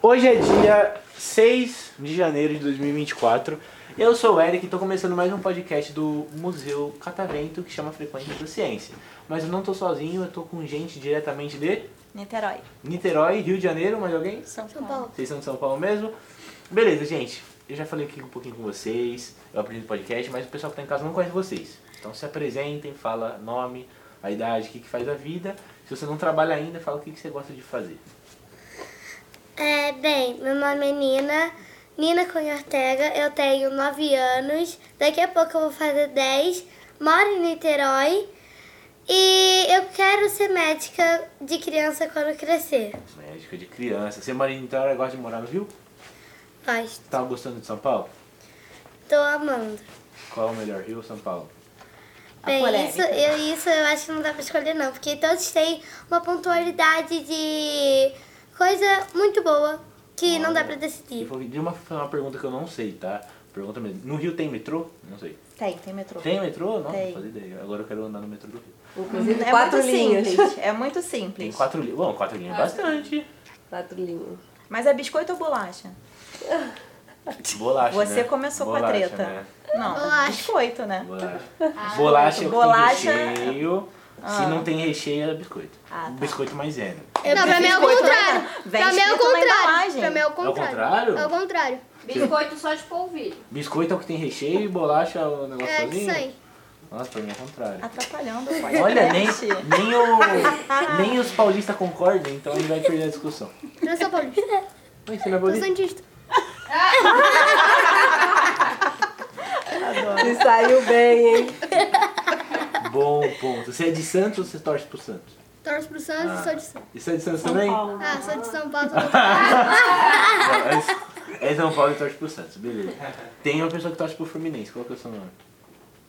Hoje é dia 6 de janeiro de 2024. Eu sou o Eric e tô começando mais um podcast do Museu Catavento que chama Frequência da Ciência. Mas eu não tô sozinho, eu tô com gente diretamente de Niterói. Niterói, Rio de Janeiro, mais alguém? São, São Paulo. Paulo. Vocês são de São Paulo mesmo? Beleza, gente. Eu já falei aqui um pouquinho com vocês, eu aprendi no podcast, mas o pessoal que tá em casa não conhece vocês. Então se apresentem, fala nome, a idade, o que, que faz a vida. Se você não trabalha ainda, fala o que, que você gosta de fazer. É, bem, meu nome é Nina, Nina Cunha Ortega, eu tenho 9 anos, daqui a pouco eu vou fazer 10, moro em Niterói e eu quero ser médica de criança quando crescer. Médica de criança. Você mora em Niterói, gosta de morar no Rio? Gosto, Tá gostando de São Paulo? tô amando. Qual é o melhor, Rio ou São Paulo? A Bem, polêmica. isso eu, isso eu acho que não dá pra escolher não, porque todos têm uma pontualidade de coisa muito boa que não dá pra E decidir. vou de uma, fazer uma pergunta que eu não sei, tá? Pergunta mesmo. No Rio tem metrô? Não sei. Tem, tem metrô. Tem metrô? Não, não Tem. fazia ideia. Agora eu quero andar no metrô do Rio. Inclusive, É quatro muito linhas. simples. É muito Tem simples. quatro linhas. Bom, quatro linhas é bastante. Quatro linhas. Mas é biscoito ou bolacha? Bolacha, Você né? começou com a Bolacha, treta. Né? Não, Bolacha. biscoito, né? Bolacha. Ah. bolacha é o que Bolacha- tem recheio. Se não tem recheio, é biscoito. Ah, tá. Biscoito maisena. não, pra mim é o biscoito, né? contrário. Vem Pra mim é o escrito na contrário. embalagem. Pra mim é o É o contrário. contrário? É o contrário. Biscoito só de polvilho. Biscoito é o que tem recheio e bolacha é o negócio É sozinho? isso aí. Nossa, pra mim é o contrário. Atrapalhando o podcast. Olha, nem, nem, o, nem os paulistas concordam, então ele vai perder a discussão. Não é sou paulista, Mas você não é sou paulista? santista. Ele saiu bem, hein? Bom ponto. Você é de Santos ou você torce pro Santos? Torço pro Santos e sou de São E você é de Santos também? Ah, sou de São Paulo. sou de- É de São Paulo e torce pro Santos, beleza. Tem uma pessoa que torce pro Fluminense, qual que é o seu nome?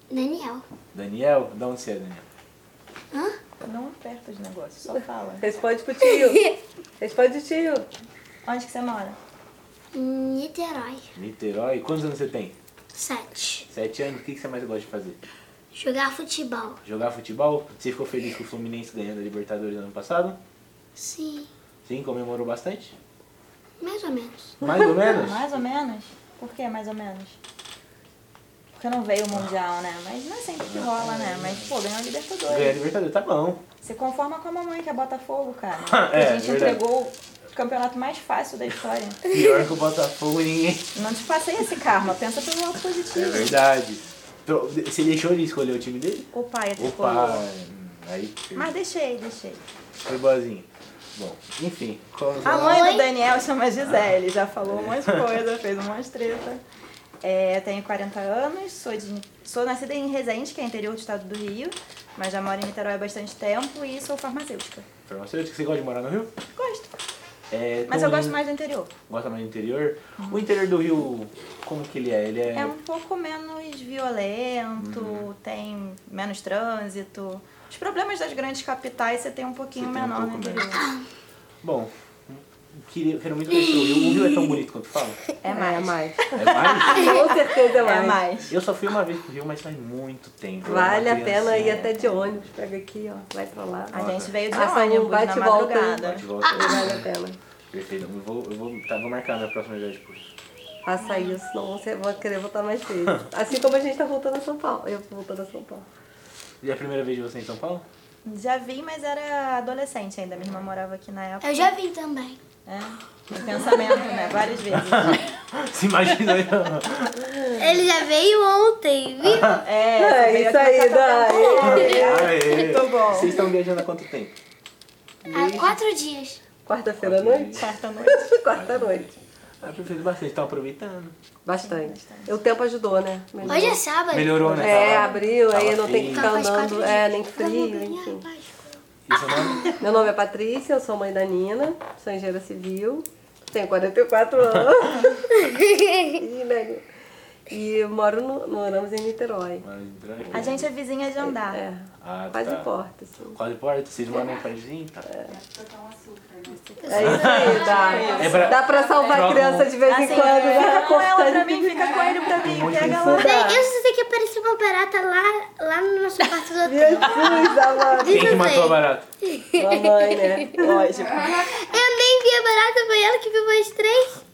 Daniel. Daniel? Da onde você é, Daniel? Não aperta os negócios, só fala. Responde pro tio. Responde o tio. Onde que você mora? Niterói. Niterói? Quantos anos você tem? Sete. Sete anos? O que que você mais gosta de fazer? Jogar futebol. Jogar futebol? Você ficou feliz com o Fluminense ganhando a Libertadores ano passado? Sim, Sim, comemorou bastante? mais ou menos. Mais ou menos? Mais ou menos? Por que mais ou menos? Porque não veio o Mundial, né? Mas não é sempre que rola, né? Mas, pô, ganhou a Ganhar a Libertadores. Libertadores, tá bom. Se conforma com a mamãe, que é Botafogo, cara. É, a gente verdade. entregou o campeonato mais fácil da história. Pior que o Botafogo ninguém. Não te passei esse karma, pensa pelo lado É positivo. verdade. Então, Você deixou ele escolher o time dele? O pai é Opa! tricolor. hum, Aí Mas deixei, deixei. foi boazinho. Bom, enfim. Qual... é A mãe do Daniel chama Gisele, já falou um monte de coisa, fez um monte de treta. É, tenho 40 anos, sou, de- sou nascida em Resende, que é interior do estado do Rio, mas já moro em Niterói há bastante tempo e sou farmacêutica. Ah. Farmacêutico, você gosta de morar no Rio? Gosto, É, mas todo eu gosto mundo mais do interior. Gosta mais do interior? O interior do Rio, como que ele é? Ele é. É um pouco menos violento, Uhum. tem menos trânsito. Os problemas das grandes capitais você tem um pouquinho Você tem um menor pouco no menos. interior. Bom, queria, quero muito conhecer o Rio. O Rio é tão bonito quanto fala? É mais. É mais. É mais? Com certeza é mais. É mais. Eu só fui uma vez pro Rio, mas faz muito tempo. Eu era uma Vale a pena ir criancinha. até de ônibus. Pega aqui, ó. Vai pra lá. A gente veio de Passa um ônibus na bate-volta, hein? madrugada. Bate e volta. Vale a pena. Perfeito. Eu vou, eu vou, tá, vou marcar minha próxima viagem pro Rio. Faça isso, senão você vai querer voltar mais vezes. Assim como a gente tá voltando a São Paulo. Eu tô voltando a São Paulo. E é a primeira vez de você em São Paulo? Já vi, mas era adolescente ainda. Minha irmã morava aqui na época. Eu já vim também. É, tem pensamento, né? Várias vezes. Se imagina aí. Ele já veio ontem, viu? É, É, veio isso aqui aí, pra Catavento. daí. Aê. Muito bom. Vocês estão viajando há quanto tempo? Há quatro dias. Quarta-feira à noite? Quarta-noite. Quarta-noite. Ah, perfeito, bastante. Estão aproveitando. Bastante. O tempo ajudou, né? Melhorou. Hoje é sábado. Melhorou, né? É, Tava- abriu, aí tava não tem frio. que ficar Então faz andando, quatro é, dias. nem frio, enfim. E seu nome? Meu nome é Patrícia, eu sou mãe da Nina, sou engenheira civil, tenho 44 anos. Ih, né? E moro no, moramos em Niterói. A gente é vizinha de andar. É, Ah, quase tá. porta, assim. Quase porta, vocês moram em Parisinho? Tá. É isso aí, dá. É pra- Dá pra salvar Troca a criança de vez em Assim, quando, né? fica com ela pra Cortando. mim, fica com ele pra mim. chega lá. Bem, eu só sei que apareceu uma barata lá, lá no nosso quarto do hotel. Jesus, amado. Quem que matou a Desculpa barata? Mamãe, né? Lógico. Eu nem vi a barata, foi ela que viu mais três.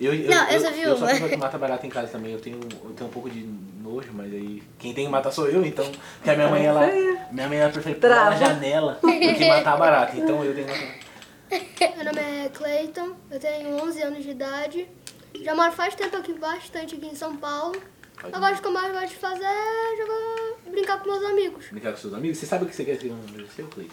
Eu, Não, eu só vi eu sou a uma. pessoa que mata barata em casa também. Eu tenho, eu tenho um pouco de nojo, mas aí quem tem que matar sou eu, então. Porque a minha mãe, ela. Minha mãe, ela prefere pular na Trava. janela do que matar a barata. Então eu tenho que matar. Meu nome é Clayton, eu tenho 11 anos de idade. Já moro faz tempo aqui, bastante aqui em São Paulo. Agora o que eu mais gosto de fazer é jogar, brincar com meus amigos. Brincar com seus amigos. Você sabe o que você quer ter um amigo seu, Clay?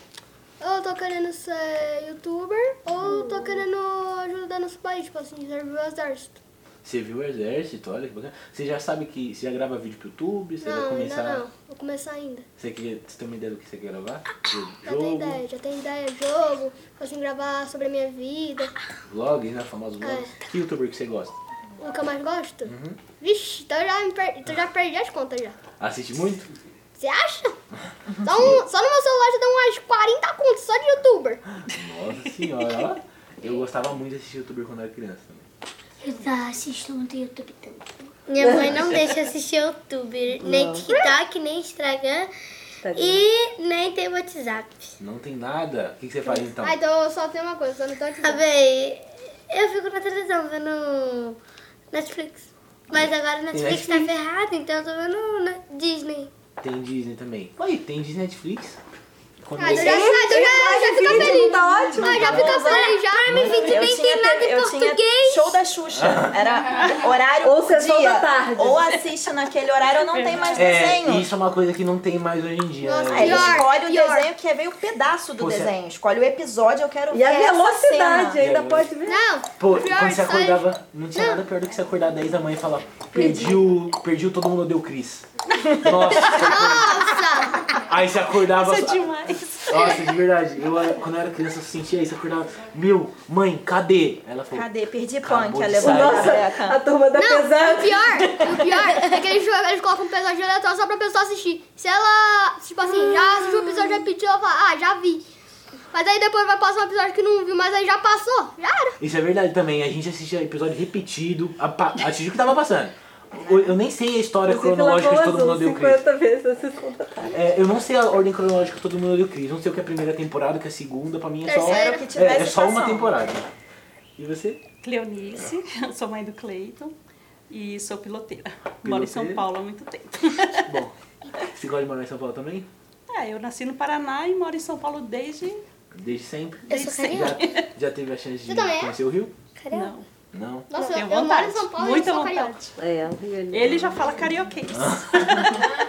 Eu tô querendo ser youtuber ou tô querendo ajudar nosso país, tipo assim, servir o exército. Você viu o exército, olha que bacana. Você já sabe que. Você já grava vídeo pro YouTube? Você vai Não, começar. ainda não. Vou começar ainda. Você, quer, você tem uma ideia do que você quer gravar? Já tenho ideia, já tenho ideia, jogo, tipo assim, gravar sobre a minha vida. vlogs, né? Famosos vlogs. É. Que youtuber que você gosta? O que eu mais gosto? Uhum. Vixe, então eu já, me per- então eu já perdi as contas já. Assiste muito? Você acha? Só, um- só no meu celular já dá umas 40 contas só de youtuber. Nossa senhora, ó. Eu gostava muito de assistir youtuber quando era criança também. Eu já assisto muito YouTube também. Minha mãe não deixa assistir YouTube, nem TikTok, nem Instagram Instagram. e nem tem WhatsApp. Não tem nada. O que, que você faz então? Ah, então eu só tenho uma coisa, só não tô aqui. Ah, bem, eu fico na televisão vendo Netflix. Mas agora o Netflix tá ferrado, então eu tô vendo na- Disney. Tem Disney também. Ué, tem Disney Netflix? Quando Ah, então já, ah, então já, já fica feliz. Vídeo, tá ótimo. Ah, já fica feliz, já. Eu tinha, te- eu tinha show da Xuxa. Era horário Ou por sessão dia. da tarde. Ou assiste naquele horário ou não tem mais É, desenho. isso é uma coisa que não tem mais hoje em dia. Nossa, né? Aí Ah, ele Pior, escolhe o pior. desenho que veio o pedaço do Pô, você- desenho. Escolhe o episódio, eu quero E ver a essa velocidade cena. ainda pode vir. Não, Pô, e pior, quando você sai- acordava, não tinha nada pior do que você acordar 10 da manhã e falar Perdi o, perdi o todo mundo deu Cris. Nossa! Nossa! Aí você acordava... ah, Isso é demais. Nossa, de verdade. Eu, era- quando eu era criança, eu sentia isso. Eu acordava, meu, mãe, cadê? Ela falou, Cadê? Perdi Acabou punk, a de levar sair. a Nossa, A careca. turma da pesada. Pior, o pior é que eles, jogam- eles colocam um episódio aleatório só pra pessoa assistir. Se ela, tipo assim, já assistiu o episódio, repetiu, ela fala, ah, já vi. Mas aí depois vai passar um episódio que não viu, mas aí já passou, já era. Isso é verdade também. A gente assistia episódio repetido, a pa- assistia o que tava passando. Eu, eu nem sei a história Você cronológica de colocou todo mundo azul deu Cris. 50 vezes assim, na sessão da tarde. É, eu não sei a ordem cronológica de todo mundo deu Cris. Não sei o que é a primeira temporada, o que é a segunda. Pra mim é só, Terceira, o que é, tivesse é só uma passando. temporada. E você? Cleonice, eu sou mãe do Cleiton e sou piloteira. Moro Piloteira. em São Paulo há muito tempo. Bom, você gosta de morar em São Paulo também? É, eu nasci no Paraná e moro em São Paulo desde. Desde sempre? Eu sou Já, carioca. já teve a chance de também é? conhecer o Rio? Não, Não. Nossa, eu, tenho eu moro vontade. em São Paulo e muita sou vontade. carioca. É, e ele- Ele já fala carioquês.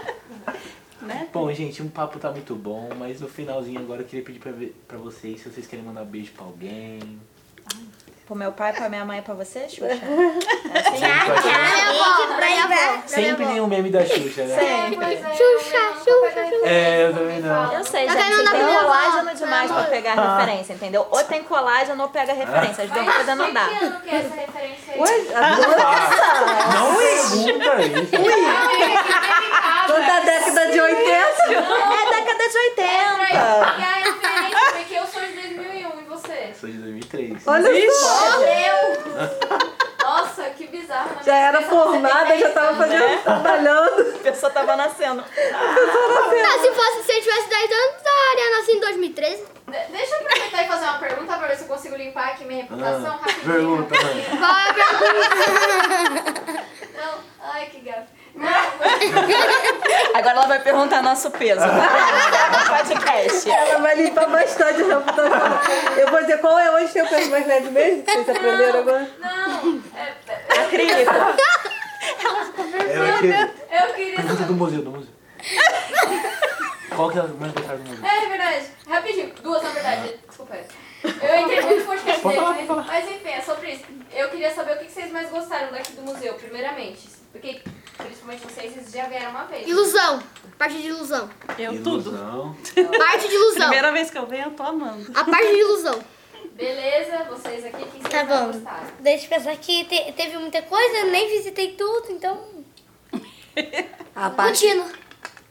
né? Bom, gente, um papo tá muito bom, mas no finalzinho agora eu queria pedir pra, ver, pra vocês se vocês querem mandar beijo pra alguém. Pro meu pai, pra minha mãe, pra você, Xuxa. Ah, é, tipo, né, Sempre tem um meme da Xuxa, né? é. um Sempre. um- Xuxa, Xuxa, Xuxa. É, eu também não. Eu sei, Já gente, caiu na tem minha colágeno avó, demais meu pra pegar Ah. referência, entendeu? Ou tem colágeno ou pega referência. As duas coisas não dá. Eu não quero essa referência aí. Ué, a Não pergunta isso. da década de 80. É década de 80. E a Ah. referência, porque eu sou de 2001 e você? Sou de 2003. Olha só. Eu! Nossa, que bizarro. né? Já era formada, já tava fazendo, trabalhando. A pessoa tava nascendo. Não, se, fosse, se eu tivesse 10 anos, eu estaria nasci em 2013. De- Deixa eu aproveitar e fazer uma pergunta pra ver se eu consigo limpar aqui minha reputação Ah, rapidinho. pergunta, rapidinho. Qual é a pergunta? Não, ai que gato. Não, Agora ela vai perguntar nosso peso. Podcast. Ela vai limpar bastante a reputação. Eu vou dizer qual é hoje seu peso mais leve mesmo? Vocês aprenderam agora? não. É, é, Acrílico. É aquele. eu queria. Pergunta do museu, do museu. Qual que é o mais gostado do museu? É, é verdade. Rapidinho. Duas, na verdade. Desculpa. Eu entrei muito no podcast dele, né? Mas enfim, é sobre isso. Eu queria saber o que que vocês mais gostaram daqui do museu, primeiramente. Porque, principalmente vocês, vocês já vieram uma vez. Ilusão. Parte de ilusão. Eu tudo. Ilusão. Parte de ilusão. Primeira vez que eu venho, eu tô amando. A parte de ilusão. Beleza, vocês aqui, o que vocês Tá mais bom. gostaram? Deixa eu pensar que te- teve muita coisa, eu nem visitei tudo, então. A parte, Contínuo.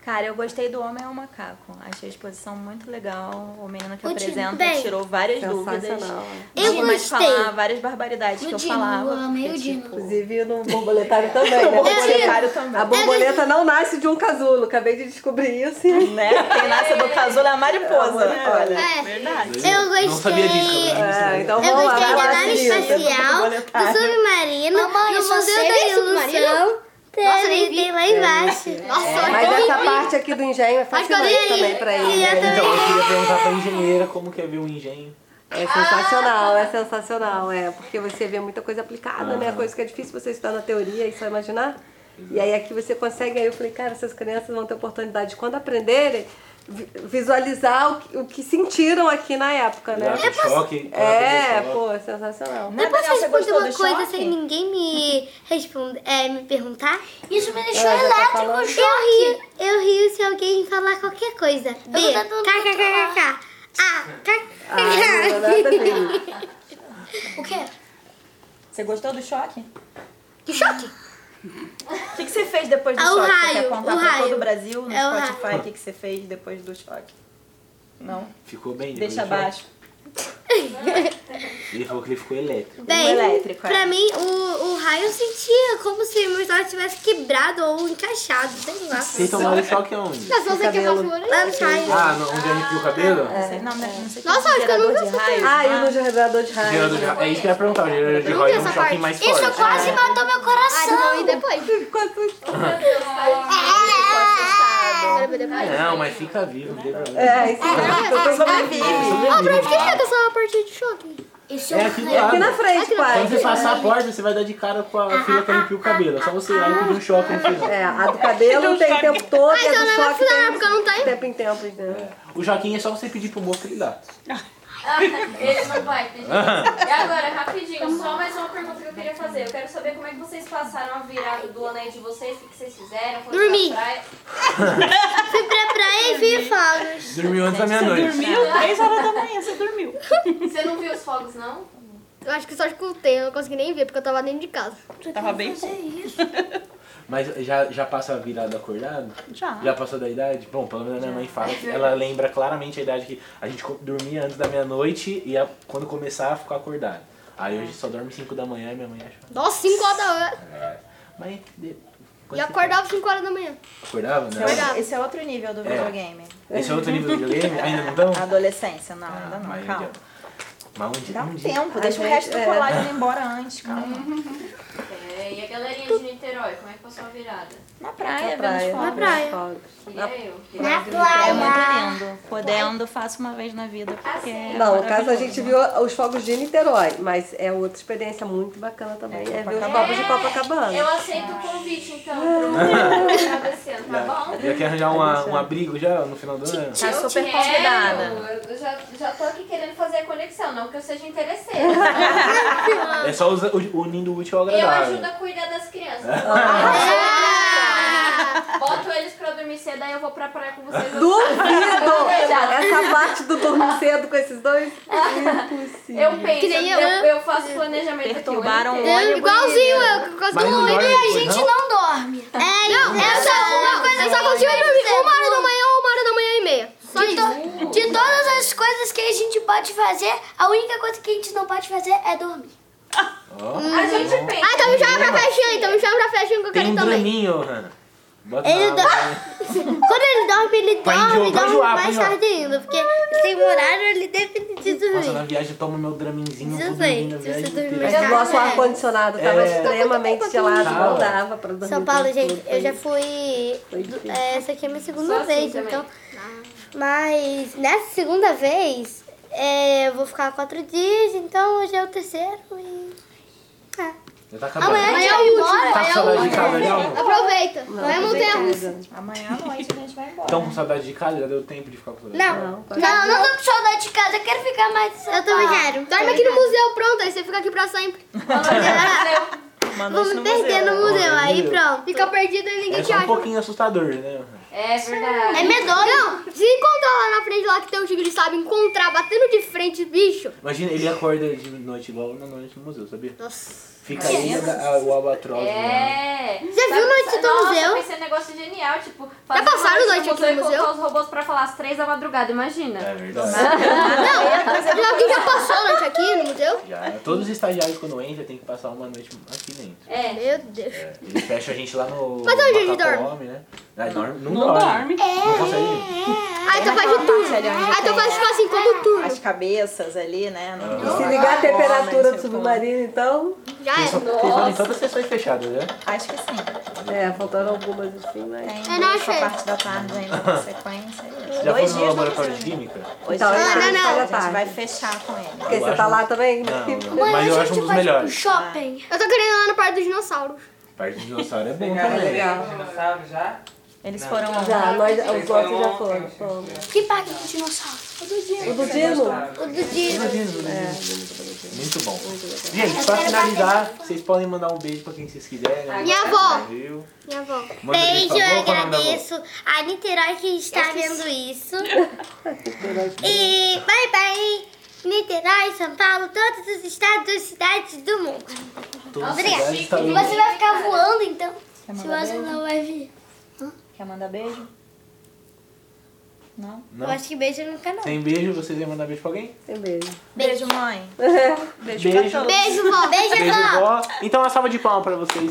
Cara, eu gostei do Homem ao Macaco. Achei a exposição muito legal. O menino que O Dino, apresenta bem, tirou várias dúvidas. Sensacional. Eu Tinha, mas gostei. falava várias barbaridades que O eu Dino, falava. eu amei o porque, Dino. tipo, Inclusive no borboletário também, né? borboletário também. A borboleta não nasce de um casulo. Acabei de descobrir isso. e- Né? Quem nasce do casulo é a mariposa, né? Olha. É, Eu eu Não sabia disso, gostei. Gabriel. É, então Eu vamos lá, gostei vai da lá, nave Cirilo. espacial, do submarino, Mamãe, do eu só museu sei da desse ilusão. Nossa, Tem, nem vi. É, tem lá embaixo. Nossa, É, Mas essa parte aqui do engenho é fascinante também pra ele. E eu né? Então, também. eu queria perguntar pra engenheira como que é ver um engenho. É sensacional, é sensacional, é. Porque você vê muita coisa aplicada, né? Coisa que é difícil você estudar na teoria e só imaginar. E aí aqui você consegue, aí eu falei, cara, essas crianças vão ter oportunidade de, quando aprenderem, vi- visualizar o que, o que sentiram aqui na época, né? Dá um choque. É, pô. pô, sensacional. Gabriel, Depois vocês você responder gostou uma do coisa choque? sem ninguém me responder, é, me perguntar. Isso me deixou Ela já tá elétrico, falando. choque. Eu rio, eu rio se alguém falar qualquer coisa. B, tentando kkkk. A, Ah, não, nada a kkk. ver. O quê? Você gostou do choque? Que choque? O que, que você fez depois do Ah, o choque? você raio, quer contar o pra raio. todo o Brasil no É o Spotify o que, que você fez depois do choque? Não? Ficou bem. depois Deixa do choque. abaixo. Ele falou que ele ficou elétrico. Bem, elétrico, é. pra mim, o, o raio eu sentia como se meu celular tivesse quebrado ou encaixado, sei lá. Vocês tomaram choque aonde? Nossa, você quebrar a cabelo. figura. Lá no raio. Ah, no- onde arrepia o cabelo? Não sei, não, né? não sei Nossa, acho que eu gerador nunca de raio. Ah, e o gerador de raio. Gerador de ra- É isso que eu ia perguntar. O gerador de raio é um choque mais forte. Isso quase matou meu coração. É. E depois? É. tá Ah, Não, mas fica vivo, não tem problema. É, isso então mesmo. sobrevive. Ah, pra onde que fica essa parte de choque? É, aqui do lado. Aqui na frente, pai. Quando você passar a porta, você vai dar de cara com a filha que arrepia o cabelo. É só você ir lá e pedir um choque no final. É, a do cabelo tem o tempo todo, e a do Não, choque na tem época não tem. tempo em tempos, né? O Joaquim é só você pedir pro moço que ele dá. Ah, Ele não vai pedir. E agora, rapidinho, só mais uma pergunta que eu queria fazer. Eu quero saber como é que vocês passaram a virada do ano aí de vocês, o que, que vocês fizeram? foram pra Dormi. praia? Fui pra praia e vi fogos. Dormiu antes da meia-noite. Dormiu, três horas da manhã, você dormiu. Você não viu os fogos, não? Eu acho que só escutei, eu não consegui nem ver porque eu tava dentro de casa. Tava bem bom. Mas já, já passa a virada acordado? Já. Já passou da idade? Bom, pelo menos a minha mãe fala que ela lembra claramente a idade que a gente co- dormia antes da meia-noite e a- quando começar a ficar acordado. Aí hoje só dorme 5 da manhã e minha mãe acha. Nossa, 5 horas da manhã. É. Mas. de- quando E você- acordava 5 horas da manhã. Acordava? Esse é Não. outro- Esse é outro nível do videogame. Esse é outro nível do videogame? Ainda não estão? Na adolescência, não, Ah, ainda não, mas calma. já- Mas um dia. Dá um um dia. tempo, A deixa o gente- resto do é. colégio ir embora antes, calma. É, e a galerinha de Niterói, como é que passou a virada? Na praia, praia. vendo fogo. praia. Queria é eu. queria Na É praia. muito lindo. Podendo, faço uma vez na vida, porque é Não, no caso a maravilhoso. gente viu os fogos de Niterói, mas é outra experiência muito bacana também. É, ver os Copacabana. fogos de Eu Copacabana. aceito o convite, então, pro final desse ano, tá bom? Já quer arranjar uma, um abrigo já no final do ano? Tá Eu super quero, convidada. Eu já, já tô aqui querendo fazer a conexão, não que eu seja interesseira. É só usa- unindo o útil ao eu agradável. ajudo a cuidar das crianças. Ah. Boto eles pra dormir cedo, aí eu vou pra praia com vocês. Duvido! Verdade. Essa parte do dormir cedo com esses dois? É Impossível. Eu penso, Que nem eu. eu, eu faço planejamento Perturbaram aqui. o eu ônibus. Igualzinho eu, por causa Mas do não olho. dorme E a depois, gente não? não dorme. É, Não, eu só, uma coisa, eu só consigo dormir uma hora da manhã ou uma hora da manhã e meia. Só De, isso. to- de todas as coisas que a gente pode fazer, a única coisa que a gente não pode fazer é dormir. Ah. Ó, A gente pensa. Ah, então me chama pra festinha, então me chama pra festinha que eu um tem quero um ir também. draminho, Hanna. Bota Ele na dá- água. Quando ele dorme, ele Pra dorme, enjoar, pra dorme enjoar, pra mais enjoar. tarde ainda, porque ele tem um horário ele definitivo de Nossa, dormir. na viagem eu tomo meu draminzinho. Isso vou bem, dormindo a se viagem você dormir inteira. mais Mas o nosso É. ar-condicionado estava É. extremamente gelado, não Tava. dava pra dormir. São Paulo, tudo, gente, eu foi- já fui. Foi difícil. é, Essa aqui é minha segunda Sou assim vez, também. então. Mas nessa segunda vez, é, eu vou ficar quatro dias, então hoje é o terceiro e. É. Já tá acabando. Amanhã a gente Amanhã vai é o embora. Tá com saudade de casa já? amor? Aproveita. Não, é Vai tô montar a brincando. russa. Amanhã à noite a gente vai embora. Estão com saudade de casa? Já deu tempo de ficar com saudade? É de casa? Não, Não, não tô com saudade de casa, eu quero ficar mais. em São eu também Paulo. quero. Dorme aqui no museu, pronto, aí você fica aqui pra sempre. Manda Vou isso me no perder museu. no museu, aí pronto. Fica perdido e ninguém É te só um acha. pouquinho assustador, né? É verdade. É medonho. Não, se encontrar lá na frente, lá que tem um tigre, sabe? Encontrar, batendo de frente, bicho. Imagina, ele acorda de noite logo na noite no museu, sabia? Nossa. Fica aí a- a- o albatroz né? lá. É. Você viu no Titãozinho? Nossa, eu museu. pensei um negócio genial, tipo... Já fazer passaram uma noite aqui no e colocar museu? os robôs pra falar às três da madrugada, imagina. É verdade. Já, alguém já passou a noite aqui no museu? Já. Todos os estagiários quando entram tem que passar uma noite aqui dentro. É. Meu Deus. É, eles fecham a gente lá no. Mas onde a gente Macaco dorme? Homem, Né? Ah, dorme- não, Não dorme. dorme. Não consegue. Ah, então faz de tudo. Ah, então faz tipo assim, como tudo. As cabeças ali, né? Ah. E se ligar a temperatura do submarino. submarino, então. Já Vocês só- é. vocês dormem em todas as sessões fechadas, né? Acho que sim. É, faltaram algumas assim, mas. Tem não essa achei. parte da tarde ainda na sequência. Vocês Dois Já dias foram no não laboratório de precisa. química? Hoje Ah, Não, à não, tarde, não. A gente vai fechar com ele. Porque Eu você acho- tá lá também? Não, Mãe, mas a eu gente acho um dos vai pro melhores. Shopping. Eu tô querendo ir lá no Parque dos Dinossauros. Parte do dinossauro é bom Pegaram também. legal. dinossauro já? Eles foram Já, nós, Vocês os outros já ontem, foram. vocês foram. já. Que parque de dinossauros? O do Dino? Gostaram? Muito bom. Gente, pra finalizar, vocês podem mandar um beijo pra quem vocês quiserem. né? Minha avó. Brasil. Minha avó. Manda um Beijo, pra eu avó, qual é o nome da avó? agradeço a Niterói que está vendo isso. e bye bye, Niterói, São Paulo, todos os estados e cidades do mundo. Todos os Obrigada. lugares estão Mas lindos. você vai ficar voando então. Quer Se mandar você beijo? não vai vir. Quer mandar beijo? Não? Não? Eu acho que beijo nunca não. Tem beijo? Vocês vão mandar beijo pra alguém? Tem beijo. Beijo, mãe. Beijo, Beijo. pra todos. Beijo, vó. Beijo, Beijo, vó. Então, uma salva de palmas pra vocês.